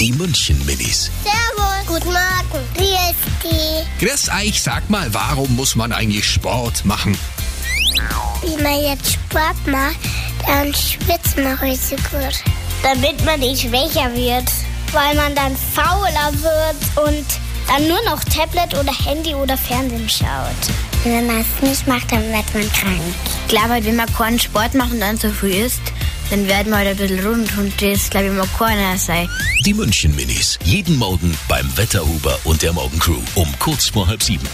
Die München-Minis. Servus. Guten Morgen. Wie ist die? Chris Eich, sag mal, warum muss man eigentlich Sport machen? Wenn man jetzt Sport macht, dann schwitzt man richtig gut. Damit man nicht schwächer wird. Weil man dann fauler wird und dann nur noch Tablet oder Handy oder Fernsehen schaut. Wenn man es nicht macht, dann wird man krank. Ich glaube, halt, wenn man keinen Sport macht und dann so früh isst, dann werden wir halt ein bisschen rund und das glaube ich mal keiner sein. Die München-Minis. Jeden Morgen beim Wetterhuber und der Morgencrew um kurz vor halb sieben.